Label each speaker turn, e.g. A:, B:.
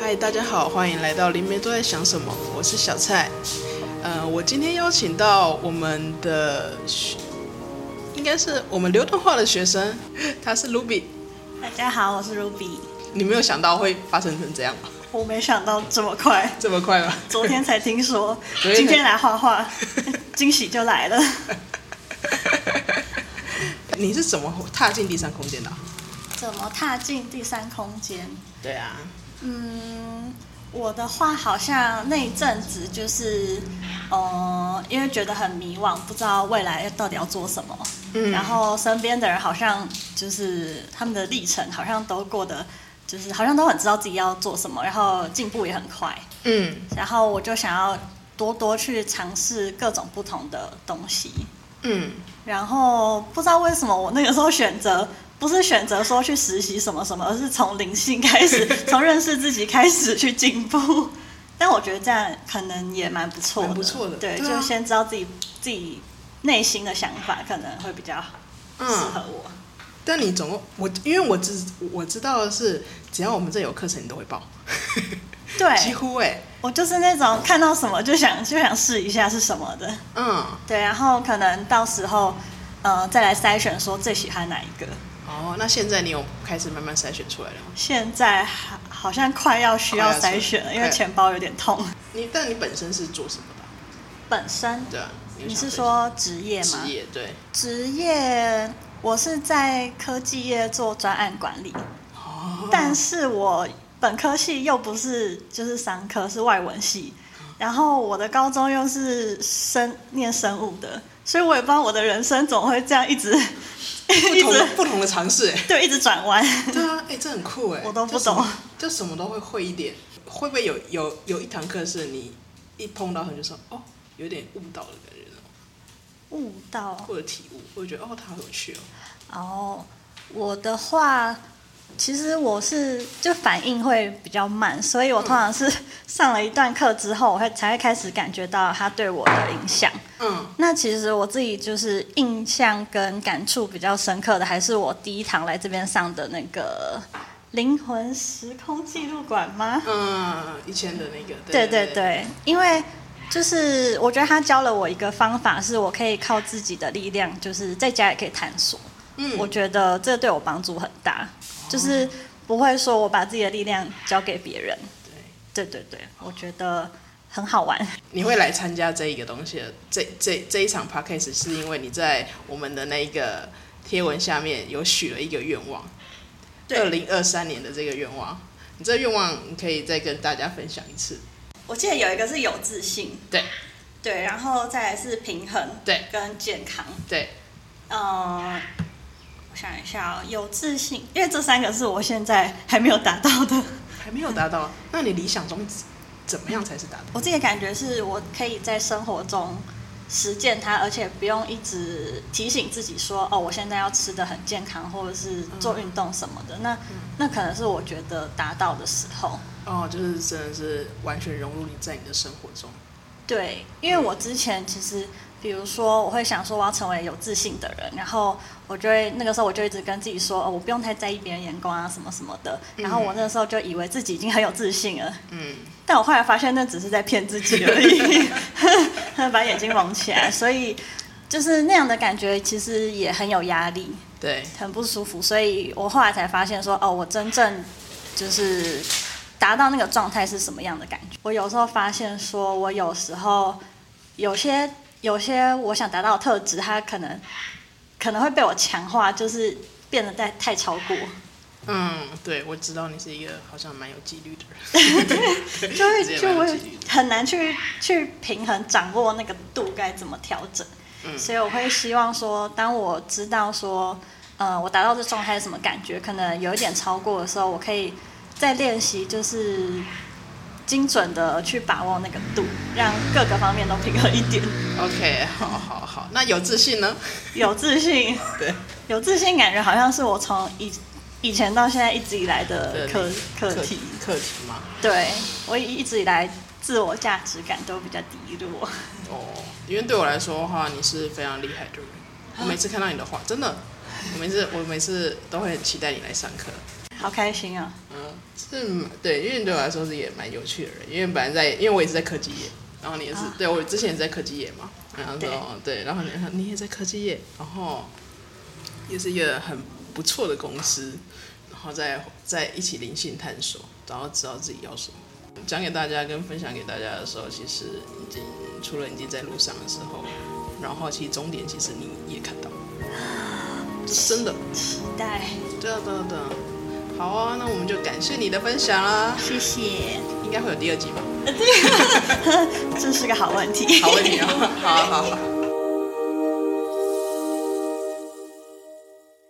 A: 嗨，大家好，欢迎来到《灵媒都在想什么》，我是小蔡。呃，我今天邀请到我们的学，应该是我们流动化的学生，他是 Ruby。
B: 大家好，我是 Ruby。
A: 你没有想到会发生成这样吗？
B: 我没想到这么快，
A: 这么快吗？，
B: 昨天才听说
A: 昨天才
B: 今天来 画画，惊喜就来了。
A: 你是怎么踏进第三空间的啊、
B: 怎么踏进第三空间？
A: 对啊，
B: 嗯，我的话好像那一阵子就是，呃，因为觉得很迷惘，不知道未来到底要做什么。
A: 嗯
B: 然后身边的人好像就是他们的历程，好像都过得就是好像都很知道自己要做什么，然后进步也很快。
A: 嗯
B: 然后我就想要多多去尝试各种不同的东西。
A: 嗯
B: 然后不知道为什么我那个时候选择不是选择说去实习什么什么，而是从灵性 开始，从认识自己开始去进步。但我觉得这样可能也蛮不错的，
A: 蛮不错的
B: 对，
A: 对啊
B: 就先知道自己自己内心的想法，可能会比较好，适合
A: 嗯。
B: 我。
A: 但你总共我，因为我知我知道的是，只要我们这有课程，你都会报，几
B: 对
A: 乎哎、
B: 我就是那种看到什么就想就想试一下是什么的，
A: 嗯。
B: 对，然后可能到时候，呃，再来筛选说最喜欢哪一个。
A: 哦，那现在你有开始慢慢筛选出来了吗？
B: 现在好好像快要需要筛选了，
A: 快要出来
B: 因为钱包有点痛。
A: 你但你本身是做什么的啊？
B: 本身
A: 对啊，有
B: 你
A: 想
B: 是说职业
A: 分
B: 吗
A: 享职？业？对，
B: 职业，我是在科技业做专案管理，
A: 哦
B: 但是我本科系又不是就是商科，是外文系，
A: 嗯
B: 然后我的高中又是生念生物的，所以我也不知道我的人生总会这样一直
A: 不
B: 一
A: 同的
B: 直
A: 不同的尝试哎，
B: 对一直转弯。
A: 对啊，哎、这很酷哎，
B: 我都不
A: 就什么
B: 懂，
A: 就什么都会会一点，会不会有有有一堂课是你一碰到很就说哦，有点悟到的感觉那种，
B: 悟到
A: 或者体悟，我就觉得哦，它好有趣哦，
B: 哦，我的话，其实我是就反应会比较慢，所以我通常是上了一段课之后，我会才会开始感觉到它对我的影响。
A: 嗯
B: 那其实我自己就是印象跟感触比较深刻的，还是我第一堂来这边上的那个灵魂时空记录馆吗？
A: 嗯，以前的那个，
B: 对
A: 对
B: 对，对，因为就是我觉得他教了我一个方法，是我可以靠自己的力量，就是在家也可以探索。
A: 嗯，
B: 我觉得这对我帮助很大，就是不会说我把自己的力量交给别人。
A: 对，
B: 对对对，我觉得很好 玩。
A: 你会来参加这一个东西的，这这这一场 podcast 是因为你在我们的那一个贴文下面有许了一个愿望，二零二三年的这个愿望，你这个愿望你可以再跟大家分享一次。
B: 我记得有一个是有自信，
A: 对
B: 对，然后再来是平衡，
A: 对，
B: 跟健康。
A: 对，
B: 呃，我想一下、哦，有自信，因为这三个是我现在还没有达到的。
A: 还没有达到，那你理想中怎么样才是达到？
B: 我自己的感觉是我可以在生活中实践它，而且不用一直提醒自己说哦，我现在要吃的很健康，或者是做运动什么的。那那可能是我觉得达到的时候。
A: 哦，就是真的是完全融入你在你的生活中。
B: 对，因为我之前其实，比如说我会想说我要成为有自信的人，然后我就会那个时候我就一直跟自己说，哦，我不用太在意别人眼光啊什么什么的。然后我那时候就以为自己已经很有自信了，
A: 嗯，
B: 但我后来发现那只是在骗自己而已， 把眼睛蒙起来，所以就是那样的感觉，其实也很有压力，
A: 对，
B: 很不舒服。所以我后来才发现说，哦，我真正就是达到那个状态是什么样的感觉。我有时候发现说，我有时候有些有些我想达到的特质，它可能可能会被我强化，就是变得太太超过。
A: 嗯，对，我知道你是一个好像蛮有纪律的人。
B: 就
A: 自己
B: 会
A: 也
B: 就
A: 蛮有
B: 会
A: 纪律的
B: 很难去去平衡掌握那个度该怎么调整，
A: 嗯
B: 所以我会希望说，当我知道说，呃，我达到这状态是什么感觉，可能有一点超过的时候，我可以再练习，就是精准的去把握那个度，让各个方面都平衡一 点。
A: OK，好好好，那有自信呢？
B: 有自信，
A: 对，
B: 有自信，感觉好像是我从以以前到现在一直以来的
A: 对
B: 课
A: 课
B: 课题
A: 题。课题嘛。
B: 对我一直以来自我价值感都比较低落。
A: 哦，因为对我来说的话，你是非常厉害的人。我每次看到你的话，真的，我每次我每次都会很期待你来上课。
B: 好开心啊！
A: 是蛮，嗯对，因为对我来说是也蛮有趣的人，因为本来在，因为我也是在科技业，然后你也是，
B: 啊
A: 对我之前也在科技业嘛，然后
B: 对
A: 说对，然后你你也在科技业，然后也是一个很不错的公司，然后再在一起灵性探索，然后知道自己要什么。讲给大家跟分享给大家的时候，其实已经除了已经在路上的时候，然后其实终点其实你也看到， 这是真的，
B: 期待，
A: 对啊对啊对啊。好啊，那我们就感谢你的分享啦。
B: 谢谢，
A: 应该会有第二集吧？
B: 这是个好问题。
A: 好问题啊！好好好。